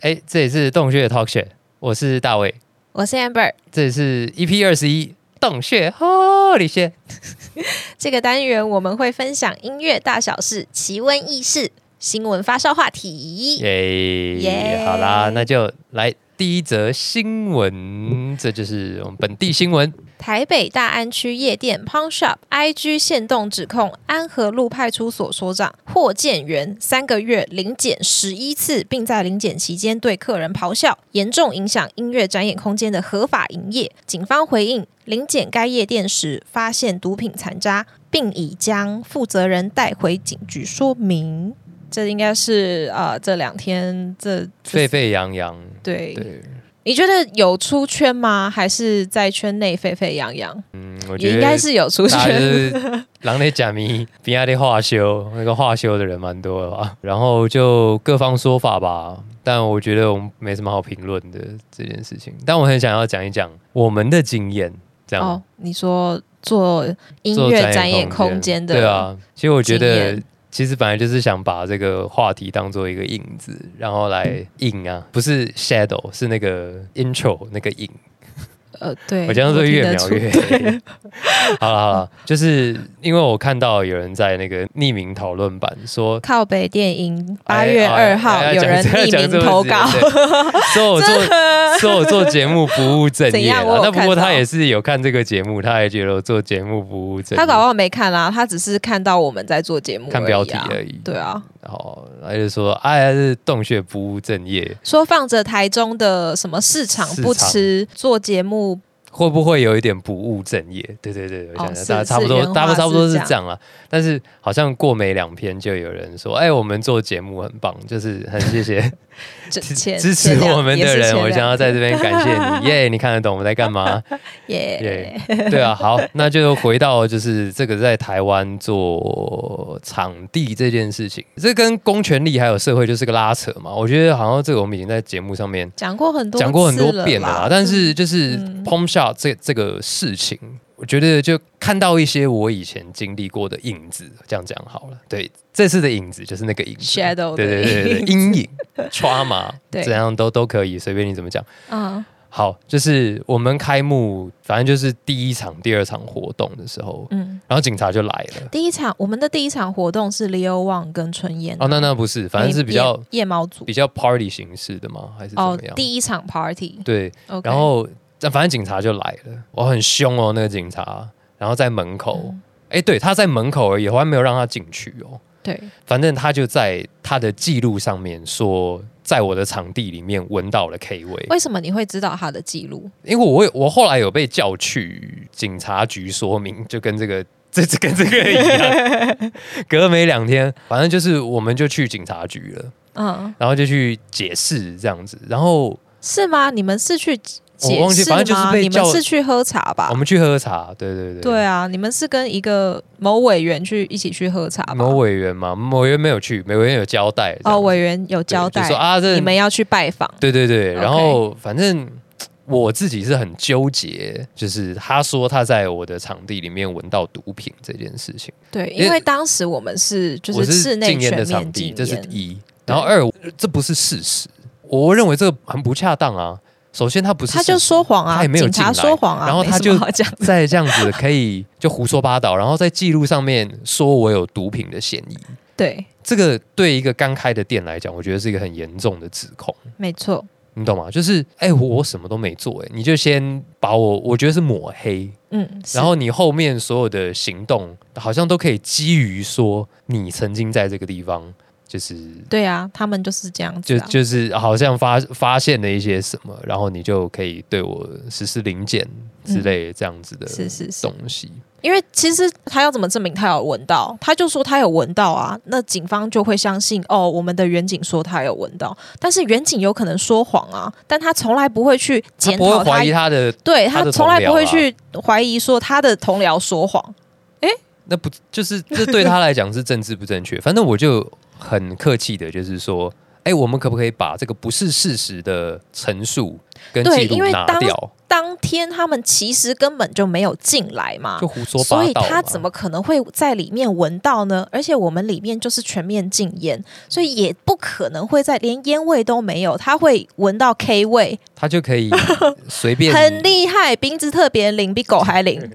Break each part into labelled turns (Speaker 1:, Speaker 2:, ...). Speaker 1: 哎、这里是洞穴 Talk Show，我是大卫，
Speaker 2: 我是 Amber。
Speaker 1: 这里是 EP 二十一洞穴 Holy shit！
Speaker 2: 这个单元我们会分享音乐大小事、奇闻异事、新闻发烧话题。
Speaker 1: 耶、
Speaker 2: 耶
Speaker 1: 好啦，那就来第一则新闻，这就是我们本地新闻。
Speaker 2: 台北大安区夜店 Pawn Shop IG 限动指控安和路派出所所长霍建元三个月零检十一次，并在零检期间对客人咆哮，严重影响音乐展演空间的合法营业。警方回应零检该夜店时，发现毒品残渣，并已将负责人带回警局说明。这应该是呃，这两天这
Speaker 1: 沸沸扬扬，
Speaker 2: 对
Speaker 1: 对，
Speaker 2: 你觉得有出圈吗？还是在圈内沸沸扬扬？
Speaker 1: 嗯，我
Speaker 2: 也
Speaker 1: 觉
Speaker 2: 应
Speaker 1: 得
Speaker 2: 该是有出
Speaker 1: 大家就
Speaker 2: 圈。
Speaker 1: 是狼的假迷，比亚的化修，那个化修的人蛮多的吧。然后就各方说法吧，但我觉得我们没什么好评论的这件事情。但我很想要讲一讲我们的经验，这样。
Speaker 2: 哦，你说做音
Speaker 1: 做
Speaker 2: 乐展演空
Speaker 1: 空
Speaker 2: 间的，
Speaker 1: 对，啊，其实我觉
Speaker 2: 经
Speaker 1: 得
Speaker 2: 验。
Speaker 1: 其实本来就是想把这个话题当做一个影子，然后来印
Speaker 2: 嗯
Speaker 1: 啊，不是 shadow，是那个 intro 那个影。
Speaker 2: 呃，对，
Speaker 1: 我这样说
Speaker 2: 听
Speaker 1: 越
Speaker 2: 得
Speaker 1: 描
Speaker 2: 出
Speaker 1: 越黑。 好了好了，就是因为我看到有人在那个匿名讨论版说。
Speaker 2: 靠北电影八
Speaker 1: 哎
Speaker 2: 月
Speaker 1: 哎
Speaker 2: 二号
Speaker 1: 哎
Speaker 2: 有人
Speaker 1: 讲
Speaker 2: 匿
Speaker 1: 讲
Speaker 2: 名投稿，
Speaker 1: 这么直接对 说我 做说我做节目不务正
Speaker 2: 怎
Speaker 1: 业
Speaker 2: 样
Speaker 1: 啊
Speaker 2: 我有
Speaker 1: 那不
Speaker 2: 看
Speaker 1: 过他
Speaker 2: 到
Speaker 1: 也是有看这个节目，他也觉得我做节目不务正业。
Speaker 2: 他搞不好没看啦，他只是看到我们在做节目而已啊，
Speaker 1: 看标题而已
Speaker 2: 对啊，
Speaker 1: 哦，他就说哎，是洞穴不务正业，
Speaker 2: 说放着台中的什么市场
Speaker 1: 市
Speaker 2: 不
Speaker 1: 场
Speaker 2: 吃，做节目
Speaker 1: 会不会有一点不务正业？对对对，我想想，
Speaker 2: 哦是
Speaker 1: 大家差不
Speaker 2: 是
Speaker 1: 多
Speaker 2: 原，话
Speaker 1: 大家差不多是
Speaker 2: 是这样
Speaker 1: 这样啦。但是好像过没两篇就有人说，哎，我们做节目很棒，就是很谢 谢
Speaker 2: 这
Speaker 1: 支
Speaker 2: 前
Speaker 1: 支 持
Speaker 2: 前两
Speaker 1: 我们
Speaker 2: 也
Speaker 1: 的
Speaker 2: 是
Speaker 1: 人，
Speaker 2: 前
Speaker 1: 我
Speaker 2: 两
Speaker 1: 想要在这边感谢 你，耶！你看得懂我们在干嘛？
Speaker 2: 耶
Speaker 1: 耶，对啊，好，那就回到就是这个在台湾做场地这件事情，这跟公权力还有社会就是个拉扯嘛。我觉得好像这个我们已经在节目上面
Speaker 2: 讲过很多
Speaker 1: 讲过很多
Speaker 2: 次了
Speaker 1: 遍了
Speaker 2: 啦
Speaker 1: 啦，，但是就是
Speaker 2: 嗯
Speaker 1: p o m shot 这这个事情，我觉得就看到一些我以前经历过的影子，这样讲好了。对，这次的影子就是那个影子
Speaker 2: Shadow
Speaker 1: 对对对对
Speaker 2: 的影
Speaker 1: 对，阴影、trauma，
Speaker 2: 对
Speaker 1: 怎样都都可以，随便你怎么讲。
Speaker 2: 嗯
Speaker 1: 好，就是我们开幕，反正就是第一场、第二场活动的时候，
Speaker 2: 嗯。
Speaker 1: 然后警察就来了。
Speaker 2: 第一场我们的第一场活动是 Leo Wang 跟春燕
Speaker 1: 哦，那那不是，反正是比较
Speaker 2: 夜夜猫族
Speaker 1: 比较 party 形式的吗？还是怎
Speaker 2: 哦
Speaker 1: 么样，？
Speaker 2: 第一场 party，
Speaker 1: 对，
Speaker 2: OK
Speaker 1: 然后但反正警察就来了，我很凶哦，那个警察，然后在门口，
Speaker 2: 嗯
Speaker 1: 哎、对，他在门口而已，我还没有让他进去哦。
Speaker 2: 对
Speaker 1: 反正他就在他的记录上面说，在我的场地里面闻到了 K 味，
Speaker 2: 为什么你会知道他的记录？
Speaker 1: 因为我有我后来有被叫去警察局说明，就跟这个。 这这跟这个一样，隔没两天，反正就是我们就去警察局了，
Speaker 2: 嗯，
Speaker 1: 然后就去解释这样子，然后
Speaker 2: 是吗？你们是去
Speaker 1: 我
Speaker 2: 解
Speaker 1: 忘记
Speaker 2: 释
Speaker 1: 反正就是
Speaker 2: 吗？
Speaker 1: 被
Speaker 2: 你们
Speaker 1: 叫
Speaker 2: 是去喝茶吧
Speaker 1: 我？们去喝茶，对对对，
Speaker 2: 对啊，你们是跟一个某委员去一起去喝茶吧？
Speaker 1: 某委员嘛，某委员没有去，某委员有交代这样
Speaker 2: 啊哦，
Speaker 1: 子
Speaker 2: 委员有
Speaker 1: 对
Speaker 2: 交
Speaker 1: 就
Speaker 2: 代
Speaker 1: 说啊，这
Speaker 2: 你们要去拜访，
Speaker 1: 对对对，
Speaker 2: OK
Speaker 1: 然后反正我自己是很纠结，就是他说他在我的场地里面闻到毒品这件事情，
Speaker 2: 对，
Speaker 1: 因为
Speaker 2: 因为当时我们是就
Speaker 1: 我
Speaker 2: 室内
Speaker 1: 禁烟
Speaker 2: 全
Speaker 1: 的
Speaker 2: 面
Speaker 1: 场地，
Speaker 2: 禁
Speaker 1: 这是
Speaker 2: 烟
Speaker 1: 一，然后二这不是事实，我认为这个很不恰当啊。首先，他不是
Speaker 2: 他就
Speaker 1: 事实
Speaker 2: 说谎
Speaker 1: 他
Speaker 2: 啊，
Speaker 1: 也没有
Speaker 2: 警察
Speaker 1: 进来
Speaker 2: 说谎啊，
Speaker 1: 然后
Speaker 2: 没
Speaker 1: 他
Speaker 2: 什
Speaker 1: 就
Speaker 2: 么好讲的
Speaker 1: 在这样子可以就胡说八道，然后在记录上面说我有毒品的嫌疑，
Speaker 2: 对，
Speaker 1: 这个对一个刚开的店来讲，我觉得是一个很严重的指控。
Speaker 2: 没错，
Speaker 1: 你懂吗？就是哎、我我什么都没做、哎，你就先把我，我觉得是抹黑，
Speaker 2: 嗯，是
Speaker 1: 然后你后面所有的行动好像都可以基于说你曾经在这个地方，就是
Speaker 2: 对啊，他们就是这样子、
Speaker 1: 就
Speaker 2: 啊，
Speaker 1: 就是好像发发现了一些什么，然后你就可以对我实施零检之类这样子的
Speaker 2: 嗯是是是，
Speaker 1: 东西。
Speaker 2: 因为其实他要怎么证明他有闻到？他就说他有闻到啊，那警方就会相信哦，我们的远警说他有闻到，但是远警有可能说谎啊，但他从来不会去
Speaker 1: 他
Speaker 2: 检
Speaker 1: 不会
Speaker 2: 讨
Speaker 1: 怀疑他的，
Speaker 2: 对
Speaker 1: 他的
Speaker 2: 从来不会
Speaker 1: 同僚啊
Speaker 2: 去怀疑说他的同僚说谎，
Speaker 1: 那不就是这对他来讲是政治不正确？反正我就很客气的，就是说，哎、我们可不可以把这个不是事实的陈述跟
Speaker 2: 对
Speaker 1: 记录
Speaker 2: 因为
Speaker 1: 拿
Speaker 2: 当
Speaker 1: 掉？
Speaker 2: 当天他们其实根本就没有进来嘛
Speaker 1: 就，胡说
Speaker 2: 啊所
Speaker 1: 八
Speaker 2: 以
Speaker 1: 道嘛。
Speaker 2: 他怎么可能会在里面闻到呢？而且我们里面就是全面禁烟，所以也不可能会在连烟味都没有，他会闻到 K 味，
Speaker 1: 他就可 以随便？
Speaker 2: 很厉害，鼻子特别灵，比狗还灵。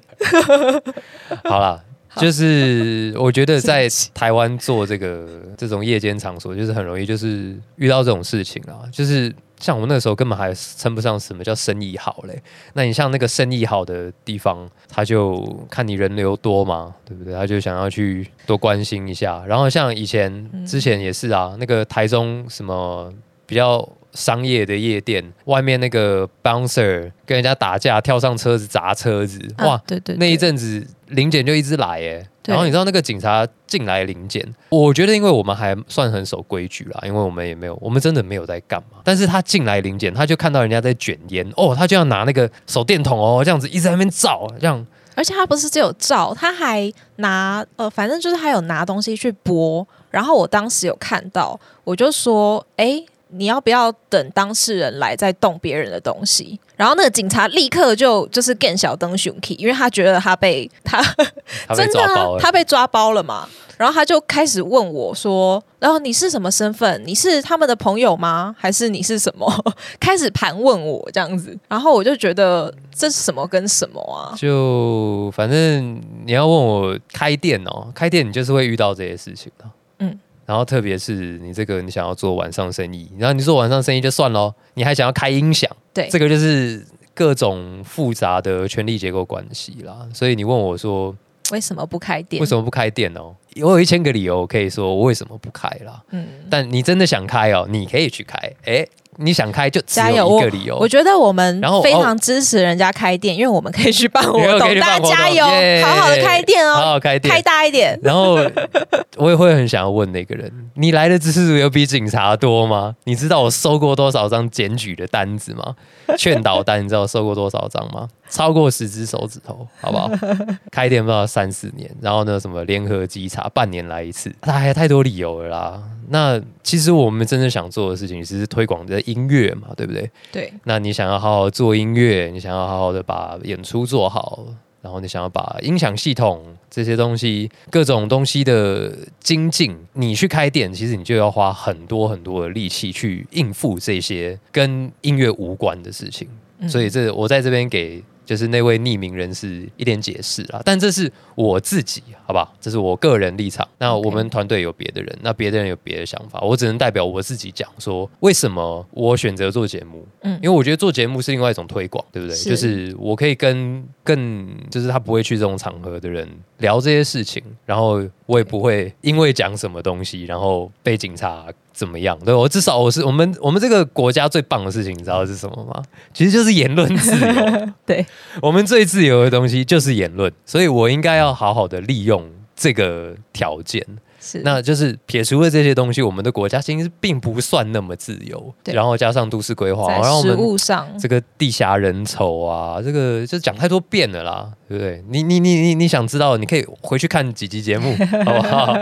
Speaker 1: 好啦，就是我觉得在台湾做这个这种夜间场所，就是很容易就是遇到这种事情啊，就是。像我们那时候根本还称不上什么叫生意好嘞，那你像那个生意好的地方，他就看你人流多嘛，对不对？他就想要去多关心一下。然后像以前之前也是啊，那个台中什么比较商业的夜店，外面那个 bouncer 跟人家打架，跳上车子砸车子，
Speaker 2: 啊
Speaker 1: 哇，
Speaker 2: 对对对
Speaker 1: 那一阵子临检就一直来耶。
Speaker 2: 对
Speaker 1: 然后你知道那个警察进来临检，我觉得因为我们还算很守规矩啦，因为我们也没有，我们真的没有在干嘛。但是他进来临检，他就看到人家在卷烟，哦，他就要拿那个手电筒哦，这样子一直在那边照，这样
Speaker 2: 而且他不是只有照，他还拿呃，反正就是他有拿东西去拨。然后我当时有看到，我就说：“哎，你要不要等当事人来再动别人的东西？”然后那个警察立刻就就是更小灯熊 key，因为他觉得他被他
Speaker 1: 他被
Speaker 2: 真的
Speaker 1: 抓
Speaker 2: 啊
Speaker 1: 包了。
Speaker 2: 他被抓包了嘛。然后他就开始问我说：“然后你是什么身份？你是他们的朋友吗？还是你是什么？” 开始盘问我这样子，然后我就觉得这是什么跟什么啊？
Speaker 1: 就反正你要问我开店哦，开店你就是会遇到这些事情的。嗯
Speaker 2: 嗯，
Speaker 1: 然后特别是你这个你想要做晚上生意，然后你做晚上生意就算咯，你还想要开音响，
Speaker 2: 对
Speaker 1: 这个就是各种复杂的权力结构关系啦。所以你问我说
Speaker 2: 为什么不开店？
Speaker 1: 为什么不开店哦，我有一千个理由可以说我为什么不开啦。
Speaker 2: 嗯，
Speaker 1: 但你真的想开哦，你可以去开，诶，你想开就只
Speaker 2: 加油
Speaker 1: 有一个理由
Speaker 2: 我。觉得我们
Speaker 1: 哦然后哦
Speaker 2: 非常支持人家开店，因为我们可以去办 活
Speaker 1: 因为我可以
Speaker 2: 动，
Speaker 1: 去
Speaker 2: 大
Speaker 1: 办活动
Speaker 2: 家加油，
Speaker 1: 耶
Speaker 2: 好好的开店
Speaker 1: 好
Speaker 2: 哦，
Speaker 1: 好开店，
Speaker 2: 开大一点。
Speaker 1: 然后我也会很想要问那个人：你来的次数有比警察多吗？你知道我收过多少张检举的单子吗？劝导单你知道我收过多少张吗？超过十只手指头，好不好？开店不知道三四年，然后呢，什么联合稽查半年来一次，那还太多理由了啦。那其实我们真正想做的事情，只是推广的音乐嘛，对不对？
Speaker 2: 对，
Speaker 1: 那你想要好好做音乐，你想要好好的把演出做好，然后你想要把音响系统这些东西、各种东西的精进，你去开店，其实你就要花很多很多的力气去应付这些跟音乐无关的事情。
Speaker 2: 嗯
Speaker 1: 所以这我在这边给就是那位匿名人士一点解释啦，但这是我自己，好吧，这是我个人立场。那
Speaker 2: OK
Speaker 1: 我们团队有别的人，那别的人有别的想法，我只能代表我自己讲说，为什么我选择做节目？
Speaker 2: 嗯
Speaker 1: 因为我觉得做节目是另外一种推广，对不对？
Speaker 2: 是
Speaker 1: 就是我可以跟更就是他不会去这种场合的人聊这些事情，然后我也不会因为讲什么东西，然后被警察。怎么样？对我至少我是我们我们这个国家最棒的事情，你知道是什么吗？其实就是言论自由。
Speaker 2: 对，
Speaker 1: 我们最自由的东西就是言论，所以我应该要好好的利用这个条件。
Speaker 2: 是
Speaker 1: 那就是撇除了这些东西，我们的国家其实并不算那么自由。
Speaker 2: 对
Speaker 1: 然后加上都市规划，
Speaker 2: 在
Speaker 1: 然后我
Speaker 2: 食
Speaker 1: 们
Speaker 2: 物上，
Speaker 1: 这个地狭人稠啊，这个就讲太多遍了啦，对不对？你你你你你想知道，你可以回去看几集节 目，好不好？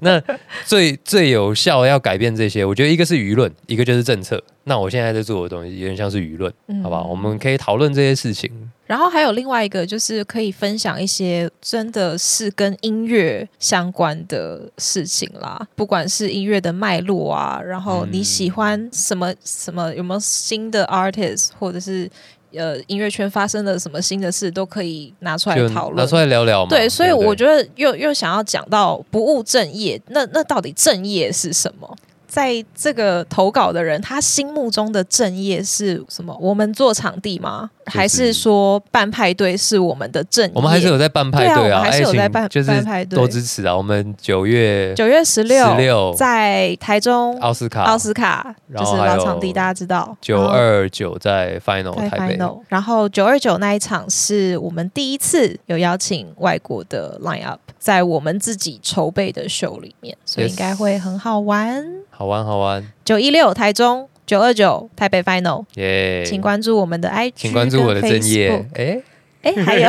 Speaker 1: 那最最有效要改变这些，我觉得一个是舆论，一个就是政策。那我现在在做的东西有点像是舆论，
Speaker 2: 嗯
Speaker 1: 好吧？我们可以讨论这些事情，
Speaker 2: 然后还有另外一个，就是可以分享一些真的是跟音乐相关的事情啦，不管是音乐的脉络啊，然后你喜欢什么、什么，有没有新的 artist，或者是呃音乐圈发生了什么新的事，都可以拿出来
Speaker 1: 就
Speaker 2: 讨论。
Speaker 1: 拿出来聊聊嘛。
Speaker 2: 对，所以
Speaker 1: 不
Speaker 2: 我觉得又又想要讲到不务正业，那那到底正业是什么？在这个投稿的人，他心目中的正业是什么？我们做场地吗？
Speaker 1: 就是
Speaker 2: 还是说办派对是我们的正业？
Speaker 1: 我们还是有在办派
Speaker 2: 对
Speaker 1: 对啊，
Speaker 2: 啊我们还是有在办
Speaker 1: 爱情就是
Speaker 2: 办派对
Speaker 1: 多支持啊！我们九月
Speaker 2: 九月十六
Speaker 1: 16
Speaker 2: 在台中
Speaker 1: 奥斯卡
Speaker 2: 奥斯卡，
Speaker 1: 然
Speaker 2: 就
Speaker 1: 后
Speaker 2: 是
Speaker 1: 还有
Speaker 2: 老场地，大家知道
Speaker 1: 九。二九在 Final
Speaker 2: 然后在
Speaker 1: 哦台北，
Speaker 2: final，然后九二九那一场是我们第一次有邀请外国的 line up，在我们自己筹备的秀里面，所以
Speaker 1: Yes
Speaker 2: 应该会很好玩。
Speaker 1: 好玩好玩，
Speaker 2: 九一六台中，九二九台北 Final，、
Speaker 1: 耶！
Speaker 2: 请关注我们的 IG，
Speaker 1: 请关注我的正业，哎，
Speaker 2: 哎，诶还有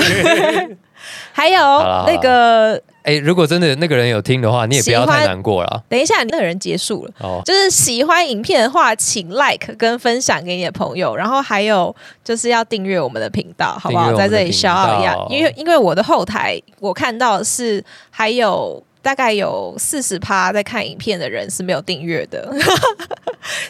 Speaker 2: 还有
Speaker 1: 好啦
Speaker 2: 那个
Speaker 1: 哎、如果真的那个人有听的话，你也不要
Speaker 2: 喜欢
Speaker 1: 太难过了
Speaker 2: 等一下，那个人结束了。
Speaker 1: 哦。
Speaker 2: 就是喜欢影片的话，请 like 跟分享给你的朋友，然后还有就是要订阅我们的频道，好不
Speaker 1: 订
Speaker 2: 好？
Speaker 1: 阅我
Speaker 2: 在
Speaker 1: 们的
Speaker 2: 这里消耗一下
Speaker 1: 频道，
Speaker 2: 因为因为我的后台我看到是还有。大概有四十趴在看影片的人是没有订阅的，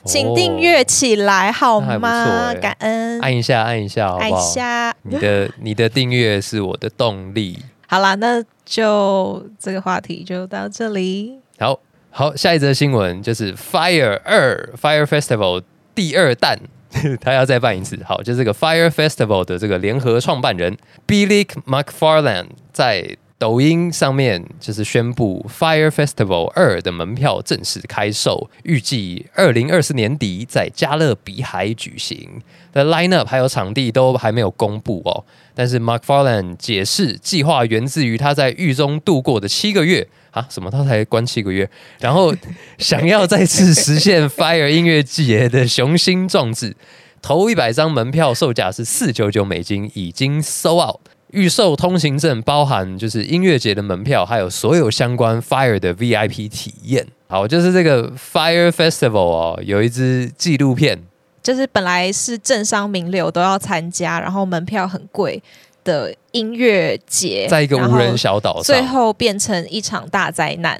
Speaker 2: 请订阅起来好
Speaker 1: 那还不
Speaker 2: 吗？
Speaker 1: 错欸
Speaker 2: 感恩
Speaker 1: 哦，，按一下，按一下，好
Speaker 2: 爱
Speaker 1: 不
Speaker 2: 一
Speaker 1: 好？
Speaker 2: 下。
Speaker 1: 你的你的订阅是我的动力。
Speaker 2: 好啦，那就这个话题就到这里。
Speaker 1: 好好，下一则新闻就是 Fire 二 Fire Festival 第二弹， 他要再办一次。好，就是这个 Fire Festival 的这个联合创办人 Billy McFarland 在抖音上面就是宣布 Fire Festival 二的门票正式开售，预计二零二四年底在加勒比海举行。的 lineup 还有场地都还没有公布哦，但是 McFarland 解释，计划源自于他在狱中度过的七个月啊，什么他才关七个月，然后想要再次实 现 Fire 音乐节的雄心壮志。头一百张门票售价是四九九美金，已经 sold out。预售通行证包含就是音乐节的门票，还有所有相关 Fire 的 VIP 体验。好，就是这个 Fire Festival 哦，有一支纪录片，
Speaker 2: 就是本来是政商名流都要参加，然后门票很贵的音乐节，
Speaker 1: 在一个
Speaker 2: 然
Speaker 1: 无
Speaker 2: 后
Speaker 1: 人小岛
Speaker 2: 最
Speaker 1: 上，
Speaker 2: 后变成一场大灾难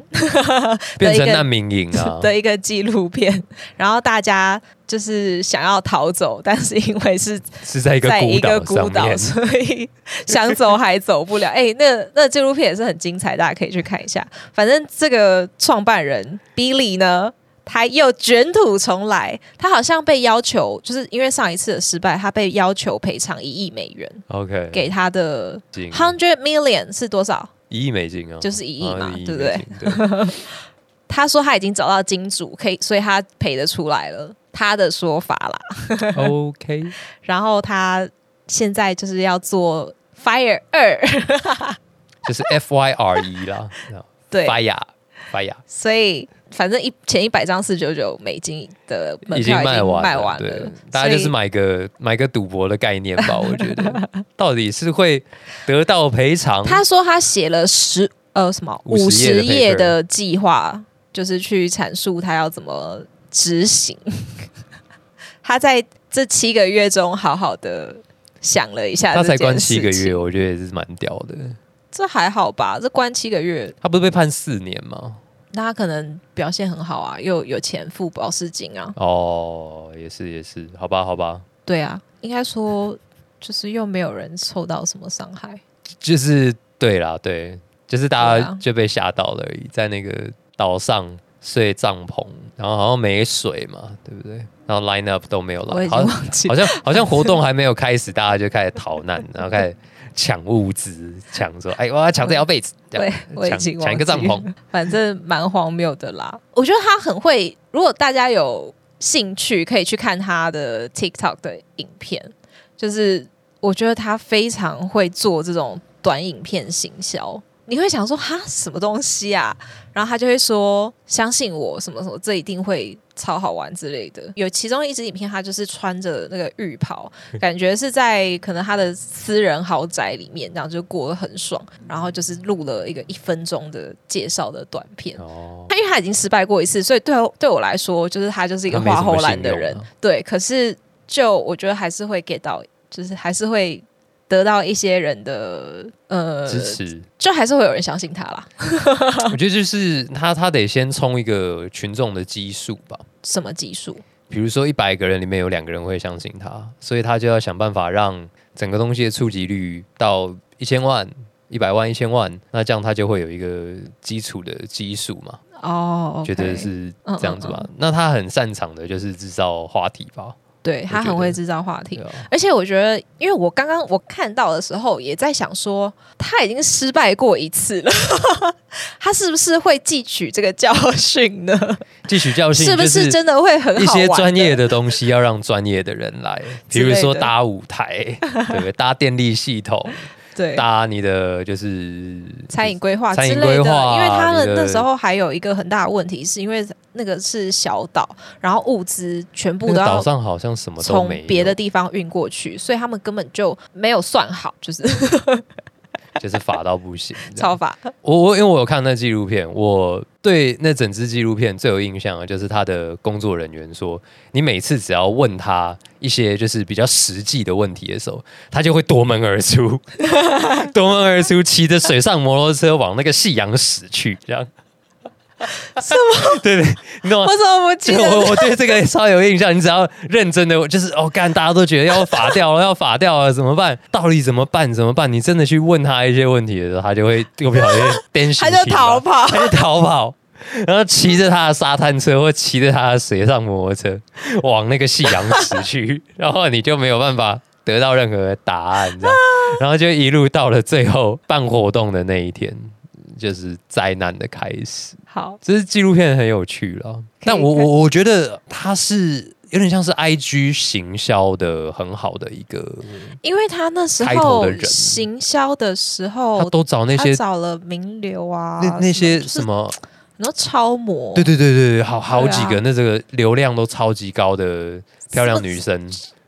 Speaker 1: 变成
Speaker 2: 的一个！
Speaker 1: 难民营啊
Speaker 2: 的一个纪录片，然后大家就是想要逃走，但是因为是
Speaker 1: 是在一个
Speaker 2: 在一
Speaker 1: 孤
Speaker 2: 个
Speaker 1: 岛
Speaker 2: 孤
Speaker 1: 上
Speaker 2: 岛，
Speaker 1: 面。
Speaker 2: 所以想走还走不了。哎、那那纪录片也是很精彩，大家可以去看一下。反正这个创办人 Billy 呢，他又卷土重来，他好像被要求，就是因为上一次的失败，他被要求赔偿一亿美元
Speaker 1: OK，
Speaker 2: 给他的
Speaker 1: 金
Speaker 2: hundred million 是多少？
Speaker 1: 一亿美金啊，
Speaker 2: 就是一亿
Speaker 1: 啊
Speaker 2: 嘛
Speaker 1: 一亿
Speaker 2: 对不
Speaker 1: 美金对？
Speaker 2: 他说他已经找到金主，可以，所以他赔得出来了。他的说法啦，
Speaker 1: OK，
Speaker 2: 然后他现在就是要做 Fire 二，
Speaker 1: 就是 F Y R E 啦，
Speaker 2: 对，
Speaker 1: 发芽发芽，
Speaker 2: 所以反正一前一百张四九九美金的门
Speaker 1: 已经
Speaker 2: 票
Speaker 1: 卖
Speaker 2: 完
Speaker 1: 完
Speaker 2: 卖
Speaker 1: 了，
Speaker 2: 完
Speaker 1: 对
Speaker 2: 了，，
Speaker 1: 大家就是买个买个赌博的概念吧，我觉得 到底是会得到赔偿
Speaker 2: 所以。他说他写了十呃什么五
Speaker 1: 50
Speaker 2: 十页
Speaker 1: 页的 paper
Speaker 2: 的计划，就是去阐述他要怎么执行。他在这七个月中好好的想了一下，
Speaker 1: 他才关七个月，，我觉得也是蛮屌的。
Speaker 2: 这还好吧？这关七个月，
Speaker 1: 他不是被判四年吗？
Speaker 2: 那他可能表现很好啊，又有钱付保释金啊，
Speaker 1: 哦，也是也是，好吧好吧，
Speaker 2: 对啊，应该说就是又没有人受到什么伤害。
Speaker 1: 就是对啦，对，就是大
Speaker 2: 对
Speaker 1: 家
Speaker 2: 啊
Speaker 1: 就被吓到了而已，在那个岛上睡帐篷，然后好像没水嘛，对不对？然后 line up 都没有
Speaker 2: 我已
Speaker 1: 了，
Speaker 2: 经
Speaker 1: 好像
Speaker 2: 忘记
Speaker 1: 好像好像活动还没有开始，大家就开始逃难，然后开始抢物资，抢说，哎，我要抢这条被子，这样
Speaker 2: 对，我已
Speaker 1: 抢
Speaker 2: 经忘记
Speaker 1: 抢一个帐
Speaker 2: 了，
Speaker 1: 篷，
Speaker 2: 反正蛮荒谬的啦。我觉得他很会，如果大家有兴趣，可以去看他的 TikTok 的影片，就是我觉得他非常会做这种短影片行销。你会想说哈什么东西啊？然后他就会说相信我什么什么，这一定会超好玩之类的。有其中一支影片，他就是穿着那个浴袍，感觉是在可能他的私人豪宅里面，然后就过得很爽，然后就是录了一个一分钟的介绍的短片。
Speaker 1: 哦，
Speaker 2: 他因为他已经失败过一次，所以对我对我来说，就是他就是一个
Speaker 1: 他没什
Speaker 2: 花
Speaker 1: 么
Speaker 2: 后懒的
Speaker 1: 信用
Speaker 2: 人
Speaker 1: 啊，
Speaker 2: 对。可是就我觉得还是会 get 到，就是还是会得到一些人的呃
Speaker 1: 支持。
Speaker 2: 就还是会有人相信他啦。
Speaker 1: 我觉得就是他他得先冲一个群众的基数吧。
Speaker 2: 什么技术？
Speaker 1: 比如说一百个人里面有两个人会相信他，所以他就要想办法让整个东西的触及率到一千万、一百万、一千万，那这样他就会有一个基础的基数嘛，
Speaker 2: 哦、
Speaker 1: 觉得是
Speaker 2: 嗯
Speaker 1: 这样子吧。
Speaker 2: 嗯
Speaker 1: 那他很擅长的就是制造话题吧，
Speaker 2: 对他
Speaker 1: 我觉
Speaker 2: 很
Speaker 1: 得
Speaker 2: 会制造话题
Speaker 1: 对。啊，
Speaker 2: 而且我觉得，因为我刚刚我看到的时候，也在想说，他已经失败过一次了， 他是不是会汲取这个教训呢？
Speaker 1: 汲取教训
Speaker 2: 是不
Speaker 1: 就是
Speaker 2: 真的会很
Speaker 1: 一
Speaker 2: 好玩
Speaker 1: 些
Speaker 2: 的？
Speaker 1: 专业的东西要让专业的人 来，比
Speaker 2: 之类
Speaker 1: 如
Speaker 2: 的
Speaker 1: 说搭舞台，对不 对？搭电力系统，
Speaker 2: 对
Speaker 1: 搭你的就是
Speaker 2: 餐饮规划之
Speaker 1: 餐
Speaker 2: 类
Speaker 1: 饮
Speaker 2: 的，
Speaker 1: 规划啊
Speaker 2: 因为他们
Speaker 1: 你
Speaker 2: 那
Speaker 1: 的
Speaker 2: 时候还有一个很大的问题，是因为那个是小岛，然后物资全部
Speaker 1: 那
Speaker 2: 都
Speaker 1: 个
Speaker 2: 要
Speaker 1: 岛上好像什么都
Speaker 2: 从
Speaker 1: 没有
Speaker 2: 别的地方运过去，所以他们根本就没有算好，就是
Speaker 1: 就是法到不行。这样
Speaker 2: 超法，
Speaker 1: 我我因为我有看那纪录片，我对那整支纪录片最有印象的就是他的工作人员说，你每次只要问他一些就是比较实际的问题的时候，他就会夺门而出， 夺门而出，骑着水上摩托车往那个夕阳驶去，这样。
Speaker 2: 是
Speaker 1: 吗？对对，你懂吗
Speaker 2: 我？怎么不记
Speaker 1: 就是 我
Speaker 2: 得？
Speaker 1: 我 对这个超有印象，你只要认真的，就是哦，干大家都觉得要法掉了，要法掉了，怎么办？到底怎么办？怎么办？你真的去问他一些问题的时候，他就会又不小 心啊颠
Speaker 2: 他就逃，跑，
Speaker 1: 他就逃跑，然后骑着他的沙滩车或骑着他的水上摩托车往那个夕阳驶去， 然后你就没有办法得到任何的答案，这
Speaker 2: 啊
Speaker 1: 样， 然后就一路到了最后办活动的那一天，就是灾难的开始。
Speaker 2: 好，
Speaker 1: 这是纪录片很有趣了，
Speaker 2: 以
Speaker 1: 但我
Speaker 2: 看
Speaker 1: 我我觉得它是有点像是 I G 行销的很好的一个，
Speaker 2: 因为他那时
Speaker 1: 开头
Speaker 2: 候
Speaker 1: 的人
Speaker 2: 行销的时
Speaker 1: 他
Speaker 2: 候，
Speaker 1: 都找那些
Speaker 2: 哦他找了名流啊，
Speaker 1: 那那些
Speaker 2: 就是
Speaker 1: 什么，
Speaker 2: 你说超模，
Speaker 1: 对对对对对，好好
Speaker 2: 对啊
Speaker 1: 几个那这个流量都超级高的漂亮女生，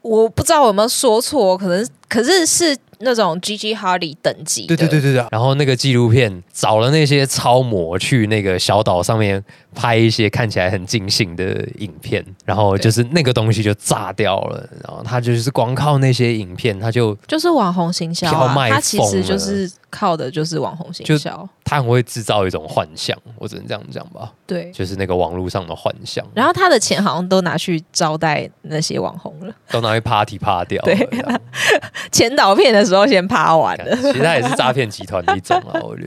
Speaker 2: 我不知道我有没有说错，可能可是是那种 Gigi Hardy 等级的，
Speaker 1: 对对对对对，然后那个纪录片找了那些超模去那个小岛上面拍一些看起来很尽兴的影片，然后就是那个东西就炸掉了，然后他就是光靠那些影片他就
Speaker 2: 就是网红行销、
Speaker 1: 票
Speaker 2: 啊，
Speaker 1: 卖
Speaker 2: 它其
Speaker 1: 疯
Speaker 2: 实
Speaker 1: 了
Speaker 2: 就是靠的就是网红
Speaker 1: 就
Speaker 2: 行销，
Speaker 1: 他很会制造一种幻象，我只能这样讲吧，
Speaker 2: 对。
Speaker 1: 就是那个网络上的幻象，
Speaker 2: 然后他的钱好像都拿去招待那些网红了，
Speaker 1: 都拿去 party 趴掉了。
Speaker 2: 对
Speaker 1: 这样
Speaker 2: 前导片的时候先趴完了，
Speaker 1: 其实他也是诈骗集团的一种 啊，我觉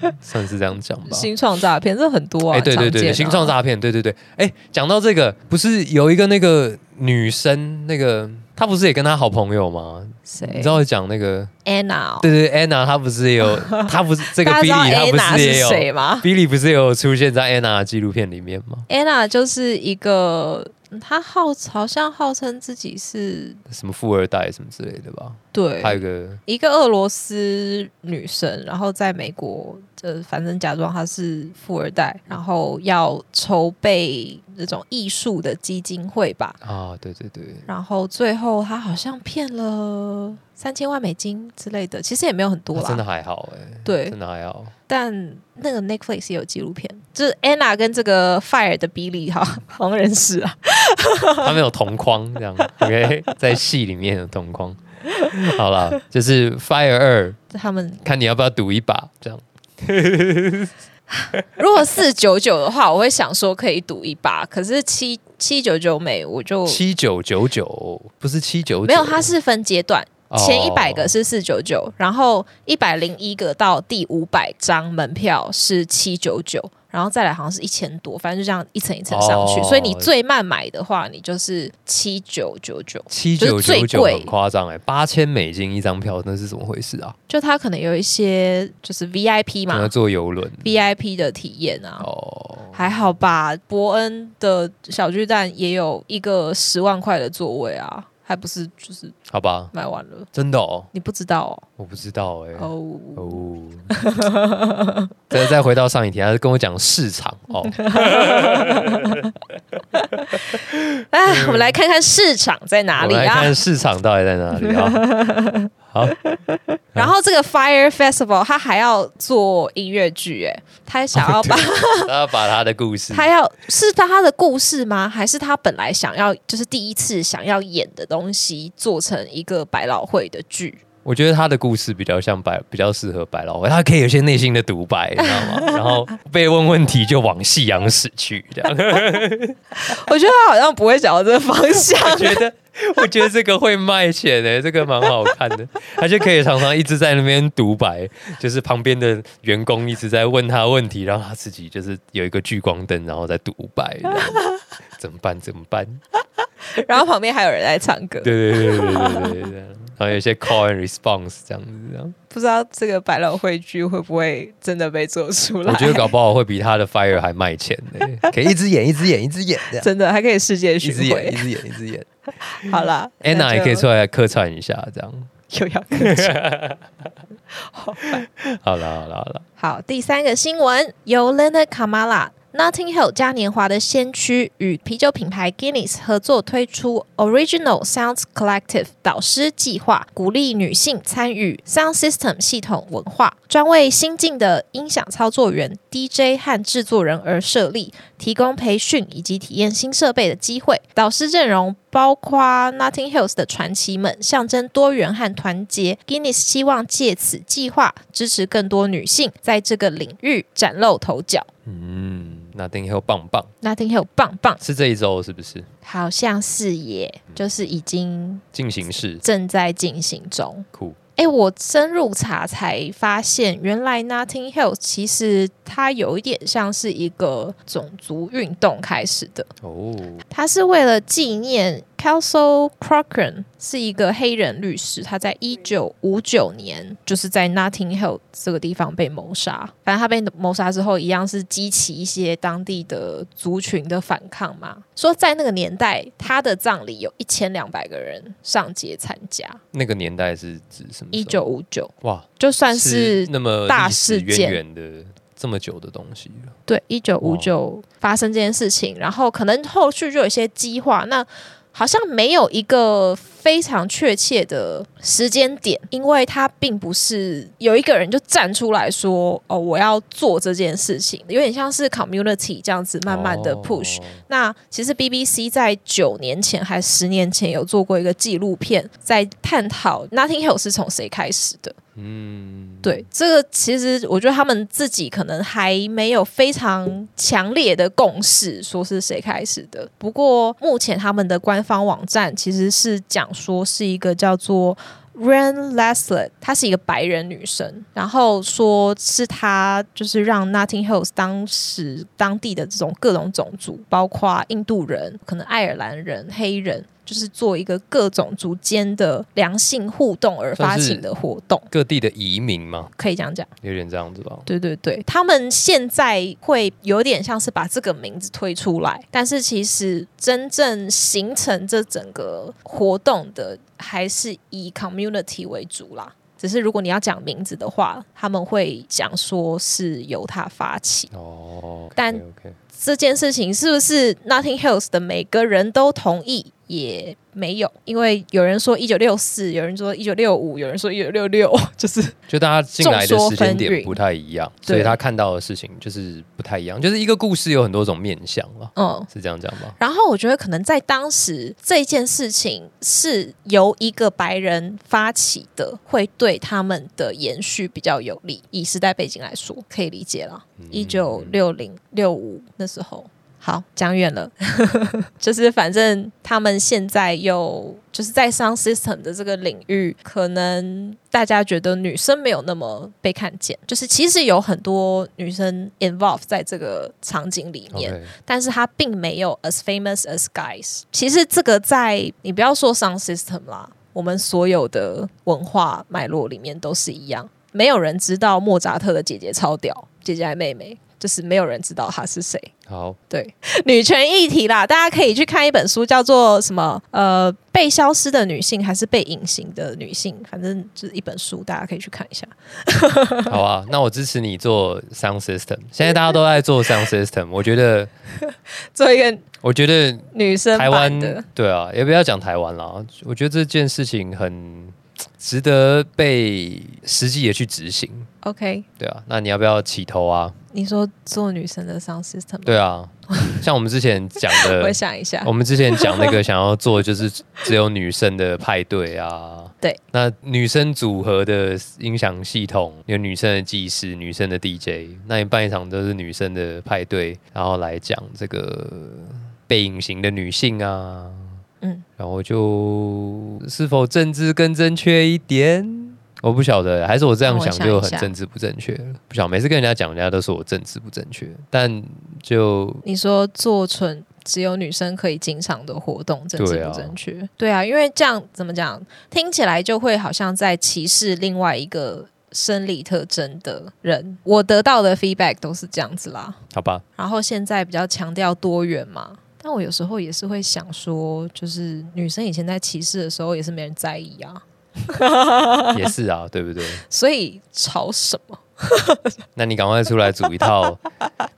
Speaker 1: 得算是这样讲吧。
Speaker 2: 新创诈骗这很多啊，
Speaker 1: 哎，对对
Speaker 2: 常
Speaker 1: 对，
Speaker 2: 见
Speaker 1: 对
Speaker 2: 啊
Speaker 1: 新创诈骗，对对对。哎，讲到这个，不是有一个那个女生，那个她不是也跟她好朋友吗？
Speaker 2: 谁？
Speaker 1: 你知道讲那个，
Speaker 2: Anna，哦、
Speaker 1: 对对，Anna 她不是也 有，她不是 E 这个
Speaker 2: 大
Speaker 1: Billy
Speaker 2: 家知道
Speaker 1: 她不
Speaker 2: Anna
Speaker 1: 也
Speaker 2: 是
Speaker 1: 有
Speaker 2: 谁吗
Speaker 1: ，Billy 不是也有出现在 Anna 的纪录片里面吗？
Speaker 2: ？Anna 就是一个，她号好像号称自己是
Speaker 1: 什么富二代什么之类的吧？
Speaker 2: 对
Speaker 1: 还有一个
Speaker 2: 一个俄罗斯女生，然后在美国，呃，反正假装她是富二代，然后要筹备那种艺术的基金会吧。
Speaker 1: 啊，对对对，
Speaker 2: 然后最后她好像骗了三千万美金之类的，其实也没有很多
Speaker 1: 那
Speaker 2: 啦。
Speaker 1: 真的还好哎、
Speaker 2: 对
Speaker 1: 真，的还好。
Speaker 2: 但那个 Netflix 也有纪录片，就是 Anna 跟这个 Fire 的比利哈， 好像认识啊。
Speaker 1: 他们有同框这 样，OK，在戏里面有同框。好了，就是 Fire 二，
Speaker 2: 他们
Speaker 1: 看你要不要赌一把这样。
Speaker 2: 如果四九九的话，我会想说可以赌一把，可是七七九九美我就
Speaker 1: 七九九九不是七九九，
Speaker 2: 哦没有，它是分阶段。
Speaker 1: 哦
Speaker 2: 前一百个是四九九，然后一百零一个到第五百张门票是七九九，然后再来好像是一千多，反正就这样一层一层上去。
Speaker 1: 哦
Speaker 2: 所以你最慢买的话，你就是七九九九，
Speaker 1: 七
Speaker 2: 就
Speaker 1: 九
Speaker 2: 是最
Speaker 1: 九九
Speaker 2: 贵
Speaker 1: 很夸张哎，八千美金一张票，那是怎么回事啊？
Speaker 2: 就它可能有一些就是 VIP
Speaker 1: 那
Speaker 2: 嘛
Speaker 1: 坐游轮
Speaker 2: ，VIP 的体验啊。
Speaker 1: 哦，
Speaker 2: 还好吧，伯恩的小巨蛋也有一个十万块的座位啊，还不是就是
Speaker 1: 好吧，
Speaker 2: 卖完了，
Speaker 1: 真的哦，
Speaker 2: 你不知道哦。
Speaker 1: 我不知道哎、
Speaker 2: 哦
Speaker 1: 哦，再再回到上一题，他跟我讲市场哦，
Speaker 2: 哎，我们来看看市场在哪里
Speaker 1: 我们来
Speaker 2: 啊？
Speaker 1: 看市场到底在哪里啊？ 好，嗯
Speaker 2: 然后这个 Fire Festival 他还要做音乐剧，哎，他想
Speaker 1: 哦
Speaker 2: 要把、
Speaker 1: 他要把他的故事，
Speaker 2: 他要是他他的故事吗？还是他本来想要就是第一次想要演的东西做成一个百老汇的剧？
Speaker 1: 我觉得他的故事比较像百，比较适合百老汇，他可以有一些内心的独白，你知道吗？ 然后被问问题就往夕阳驶去，这样。
Speaker 2: 我觉得他好像不会想到这个方向。
Speaker 1: 我觉得，我觉得这个会卖钱欸诶、这个蛮好看的，他就可以常常一直在那边独白，就是旁边的员工一直在问他问题，然后他自己就是有一个聚光灯，然后在独白，这样怎么办？怎么办？
Speaker 2: 然后旁边还有人在唱歌，
Speaker 1: 对对对对对对对对。然后有一些 call and response 这样子，这样
Speaker 2: 不知道这个百老汇剧会不会真的被做出来？
Speaker 1: 我觉得搞不好会比他的 Fire 还卖钱呢、 可以一直演，一直演，一直演这样。
Speaker 2: 真的还可以世界巡
Speaker 1: 一直演，一
Speaker 2: 回。
Speaker 1: 直演，一直 演。
Speaker 2: 好啦
Speaker 1: Anna
Speaker 2: 那
Speaker 1: 也可以
Speaker 2: 就
Speaker 1: 出来客串一下，这样。
Speaker 2: 又要跟进
Speaker 1: 好了，好了，好了。
Speaker 2: 好，第三个新闻由 Leonard Kamala Notting Hill 嘉年华的先驱与啤酒品牌 Guinness 合作推出 Original Sounds Collective 导师计划，鼓励女性参与 Sound System 系统文化，专为新进的音响操作员、DJ 和制作人而设立，提供培训以及体验新设备的机会。导师阵容包括 Notting Hills 的传奇们，象征多元和团结。Guinness 希望借此计划支持更多女性在这个领域崭露头角。
Speaker 1: 嗯，那丁 hill 棒棒
Speaker 2: Notting Hill 棒棒，
Speaker 1: 是这一周是不是
Speaker 2: 好像是耶，就是已经
Speaker 1: 进行式？
Speaker 2: 正在进行中。
Speaker 1: 酷，
Speaker 2: 哎，我深入查才发现，原来 Notting Hill 其实它有一点像是一个种族运动开始的，
Speaker 1: 哦，
Speaker 2: 它是为了纪念 Kelso Crocker 是一个黑人律师，他在一九五九年就是在 Notting Hill 这个地方被谋杀。反正他被谋杀之后，一样是激起一些当地的族群的反抗嘛。说在那个年代，他的葬礼有一千两百个人上街参加，
Speaker 1: 那个年代是指什么时候？
Speaker 2: 一九五九
Speaker 1: 哇，
Speaker 2: 就算是
Speaker 1: 那么
Speaker 2: 大
Speaker 1: 历史
Speaker 2: 事件
Speaker 1: 渊源的这么久的东西了。
Speaker 2: 对，一九五九发生这件事情，然后可能后续就有一些激化，那好像没有一个非常确切的时间点，因为他并不是有一个人就站出来说哦，我要做这件事情，有点像是 community 这样子慢慢的 push。
Speaker 1: 哦
Speaker 2: 那其实 BBC 在九年前还十年前有做过一个纪录片，在探讨 Notting Hill 是从谁开始的。
Speaker 1: 嗯，
Speaker 2: 对，这个其实我觉得他们自己可能还没有非常强烈的共识，说是谁开始的。不过目前他们的官方网站其实是讲说是一个叫做 Ren Leslie，她是一个白人女生，然后说是她就是让 Notting Hills 当时当地的这种各种种族，包括印度人、可能爱尔兰人、黑人。就是做一个各种族间的良性互动而发
Speaker 1: 算是
Speaker 2: 起的活动，
Speaker 1: 各地的移民嘛，
Speaker 2: 可以这样讲。
Speaker 1: 有点这样子吧。
Speaker 2: 对对对，他们现在会有点像是把这个名字推出来，但是其实真正形成这整个活动的还是以 community 为主啦。只是如果你要讲名字的话，他们会讲说是由他发起。
Speaker 1: 哦，
Speaker 2: 但
Speaker 1: OK，
Speaker 2: 这件事情是不是 Notting Hills 的每个人都同意？也没有，因为有人说一九六四，有人说一九六五，有人说一九六六， 就是
Speaker 1: 就大家进来的时间点不太一样，
Speaker 2: 纭
Speaker 1: 所以他看到的事情就是不太一样，就是一个故事有很多种面相了，
Speaker 2: 嗯，
Speaker 1: 是这样讲吧？
Speaker 2: 然后我觉得可能在当时这件事情是由一个白人发起的，会对他们的延续比较有利。以时代背景来说，可以理解了。嗯
Speaker 1: 嗯
Speaker 2: 一九六零六五那时候。好，讲远了， 就是反正他们现在又就是在 sound system 的这个领域，可能大家觉得女生没有那么被看见，就是其实有很多女生 involve 在这个场景里面
Speaker 1: 嗯 OK，
Speaker 2: 但是它并没有 as famous as guys。其实这个在你不要说 sound system 啦，我们所有的文化脉络里面都是一样，没有人知道莫扎特的姐姐超屌，姐姐还妹妹，就是没有人知道她是谁。
Speaker 1: 好，
Speaker 2: 对， 女权议题啦，大家可以去看一本书，叫做什么？呃，被消失的女性还是被隐形的女性？反正就是一本书，大家可以去看一下。
Speaker 1: 好啊， 那我支持你做 sound system。现在大家都在做 sound system，我觉得，
Speaker 2: 做一个
Speaker 1: 我觉得
Speaker 2: 女生
Speaker 1: 台湾
Speaker 2: 版的，
Speaker 1: 对啊，也不要讲台湾啦，我觉得这件事情很值得被实际的去执行。
Speaker 2: ，OK？
Speaker 1: 对啊，那你要不要起头啊？
Speaker 2: 你说做女生的 sound system，吗
Speaker 1: 对啊，像我们之前讲的，
Speaker 2: 我 想一下
Speaker 1: 我，们之前讲那个想要做的就是 只有女生的派对啊，
Speaker 2: 对，
Speaker 1: 那女生组合的音响系统，有女生的技师、女生的 DJ，那你办一场都是女生的派对，然后来讲这个被隐形的女性啊，
Speaker 2: 嗯，
Speaker 1: 然后就是否政治更正确一点？我不晓得，还是我这样
Speaker 2: 让我
Speaker 1: 想
Speaker 2: 想
Speaker 1: 就
Speaker 2: 一
Speaker 1: 很
Speaker 2: 下
Speaker 1: 政治不正确了。不晓得每次跟人家讲，人家都说我政治不正确，但就
Speaker 2: 你说做纯只有女生可以进场的活动，政治
Speaker 1: 对啊
Speaker 2: 不正确？对啊，因为这样怎么讲，听起来就会好像在歧视另外一个生理特征的人。我得到的 feedback 都是这样子啦。
Speaker 1: 好吧，
Speaker 2: 然后现在比较强调多元嘛，但我有时候也是会想说，就是女生以前在歧视的时候也是没人在意啊，
Speaker 1: 也是啊，对不对？
Speaker 2: 所以吵什么？
Speaker 1: 那你赶快出来组一 套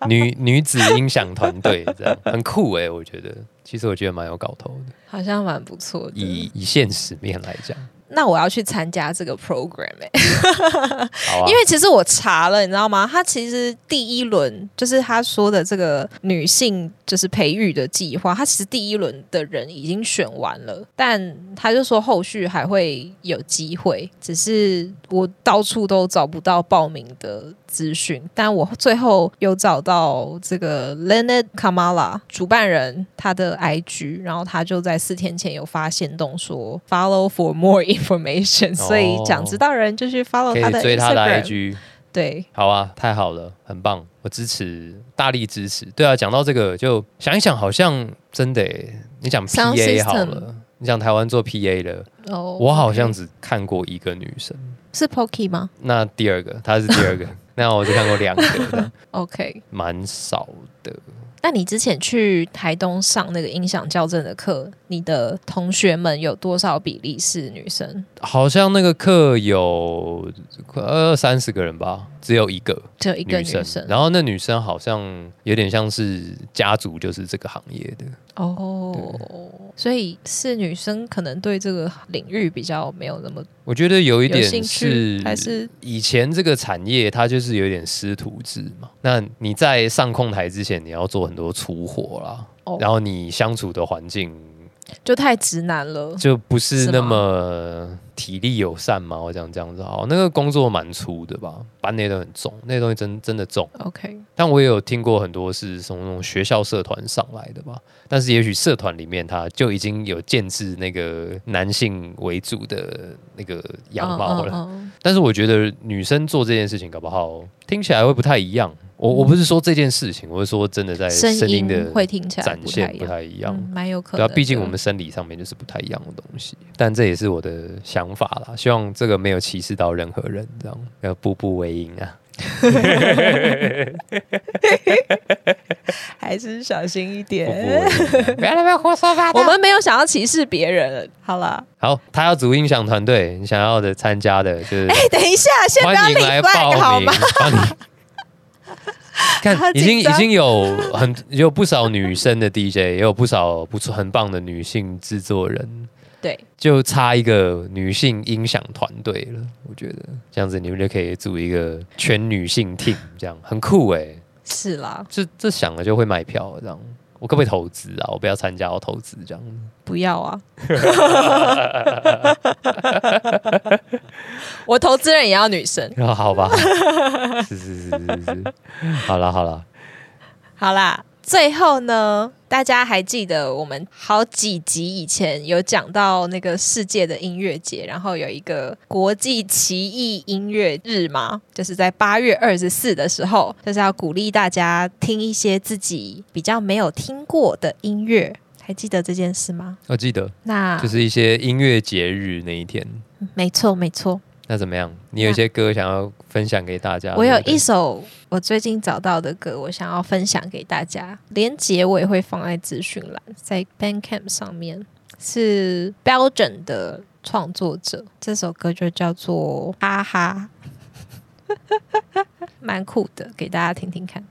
Speaker 1: 女女子音响团队，这样很酷哎、我觉得，其实我觉得蛮有搞头的。
Speaker 2: 好像蛮不错的。
Speaker 1: 以以现实面来讲，
Speaker 2: 那我要去参加这个 program 哎、
Speaker 1: 好啊，
Speaker 2: 因为其实我查了，你知道吗？他其实第一轮就是他说的这个女性就是培育的计划，他其实第一轮的人已经选完了，但他就说后续还会有机会，只是我到处都找不到报名的资讯，但我最后有找到这个 Leonard Kamala 主办人他的 IG，然后他就在四天前有发现动说 follow for more information，、所以想知道的人就去 follow
Speaker 1: 可
Speaker 2: 哦他的
Speaker 1: 以追他的
Speaker 2: Instagram
Speaker 1: IG。
Speaker 2: 对，
Speaker 1: 好啊，太好了，很棒，我支持，大力支持。对啊，讲到这个，就想一想，好像真的耶、你讲
Speaker 2: Sound
Speaker 1: PA 好
Speaker 2: system
Speaker 1: 了，你讲台湾做 PA 的，
Speaker 2: 哦
Speaker 1: 我好像只看过一个女生。
Speaker 2: 是 Pocky 吗
Speaker 1: 那第二个，她是第 二个，那我只看过两个，这样
Speaker 2: ？OK，
Speaker 1: 蛮少的。
Speaker 2: 那你之前去台东上那个音响校正的课，你的同学们有多少比例是女生？
Speaker 1: 好像那个课有快二三十个人吧，只有一个
Speaker 2: 只有一个
Speaker 1: 女
Speaker 2: 女
Speaker 1: 生。
Speaker 2: 生。
Speaker 1: 然后那女生好像有点像是家族，就是这个行业的。
Speaker 2: 哦，所以是女生可能对这个领域比较没有那么
Speaker 1: 我觉得有一
Speaker 2: 有
Speaker 1: 点
Speaker 2: 兴趣，
Speaker 1: 是
Speaker 2: 还是
Speaker 1: 以前这个产业它就是有点师徒制嘛。那你在上控台之前，你要做很多粗活啦，
Speaker 2: 哦
Speaker 1: 然后你相处的环境
Speaker 2: 就太直男了？
Speaker 1: 就不是
Speaker 2: 是
Speaker 1: 那
Speaker 2: 吗
Speaker 1: 么体力友善嘛。我讲这样子好，那个工作蛮粗的吧，搬那些都很重，那些东西真真的重。
Speaker 2: OK，
Speaker 1: 但我也有听过很多是从那种学校社团上来的吧，但是也许社团里面他就已经有建制那个男性为主的那个样貌了。
Speaker 2: 嗯嗯嗯
Speaker 1: 但是我觉得女生做这件事情，搞不好听起来会不太一样。我我不是说这件事情，我是说真的在声
Speaker 2: 嗯声
Speaker 1: 音
Speaker 2: 音
Speaker 1: 的
Speaker 2: 会听起来
Speaker 1: 展
Speaker 2: 不太
Speaker 1: 现
Speaker 2: 一
Speaker 1: 不
Speaker 2: 样，
Speaker 1: 太一样
Speaker 2: 嗯。蛮有可
Speaker 1: 对啊
Speaker 2: 能，的。
Speaker 1: 毕竟我们生理上面就是不太一样的东西，但这也是我的想法啦。希望这个没有歧视到任何人，这样要步步为营啊。
Speaker 2: 还是小心一
Speaker 1: 步步
Speaker 2: 点。
Speaker 1: 为营啊不要那边胡说八
Speaker 2: 我们没有想要歧视别人。好啦，
Speaker 1: 好，他要组音响团队，你想要的参加的，就是
Speaker 2: 哎、等一下，先不要
Speaker 1: 欢
Speaker 2: 立
Speaker 1: 迎来报
Speaker 2: flag 好
Speaker 1: 名
Speaker 2: 吗？。
Speaker 1: 帮你
Speaker 2: 好
Speaker 1: 看，已经
Speaker 2: 紧张
Speaker 1: 已经有很有不少女生的 DJ，也有不少不错很棒的女性制作人，
Speaker 2: 对，
Speaker 1: 就差一个女性音响团队了。我觉得这样子你们就可以组一个全女性 team，这样很酷哎、
Speaker 2: 是啦，
Speaker 1: 这这想了就会买票这样。我可不可以投资啊？我不要参加，我投资这样。
Speaker 2: 不要 啊！我投资人也要女生。
Speaker 1: 然后哦好 吧，是是是是是，好了好了。
Speaker 2: 好啦，最后呢，大家还记得我们好几集以前有讲到那个世界的音乐节，然后有一个国际奇异音乐日嘛，就是在八月二十四的时候，就是要鼓励大家听一些自己比较没有听过的音乐。还记得这件事吗？
Speaker 1: 我记得
Speaker 2: 那
Speaker 1: 就是一些音乐节日那一天。
Speaker 2: 没错，没错。
Speaker 1: 那怎么样？你有一些歌想要分享给大家？
Speaker 2: 我有
Speaker 1: 对不对
Speaker 2: 一首我最近找到的歌，我想要分享给大家，连结我也会放在资讯栏，在 Bandcamp 上面，是标准的创作者，这首歌就叫做《哈哈》， 蛮酷的，给大家听听看。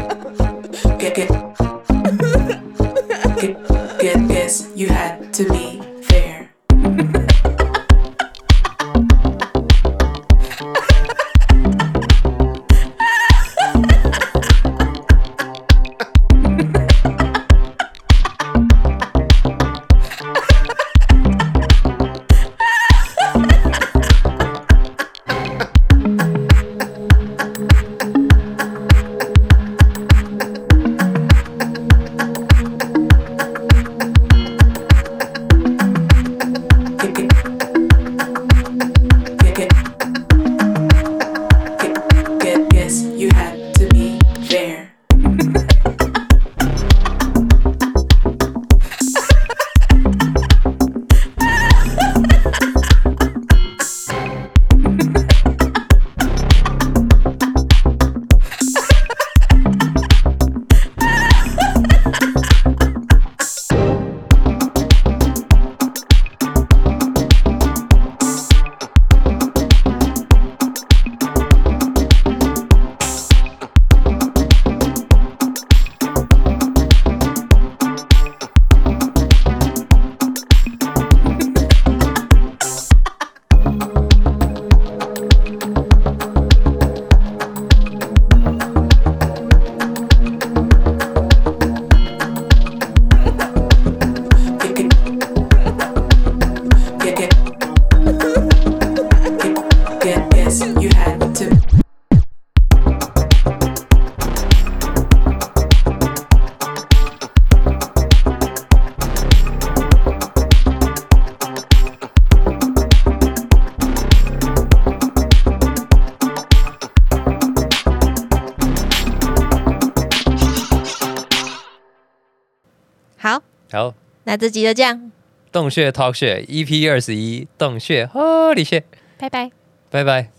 Speaker 3: fair. Gu- gu- Guess you had to be fair. Gu- gu- gu- gu- gu- gu- Guess you had to be fair. Gu- gu- gu- gu- gu- gu- Guess you had to.
Speaker 2: 好，
Speaker 1: 好，
Speaker 2: 那这集就这样，
Speaker 1: 洞穴 Talk 穴 EP 二十一，洞穴 Holy shit，
Speaker 2: 拜拜。
Speaker 1: 拜拜。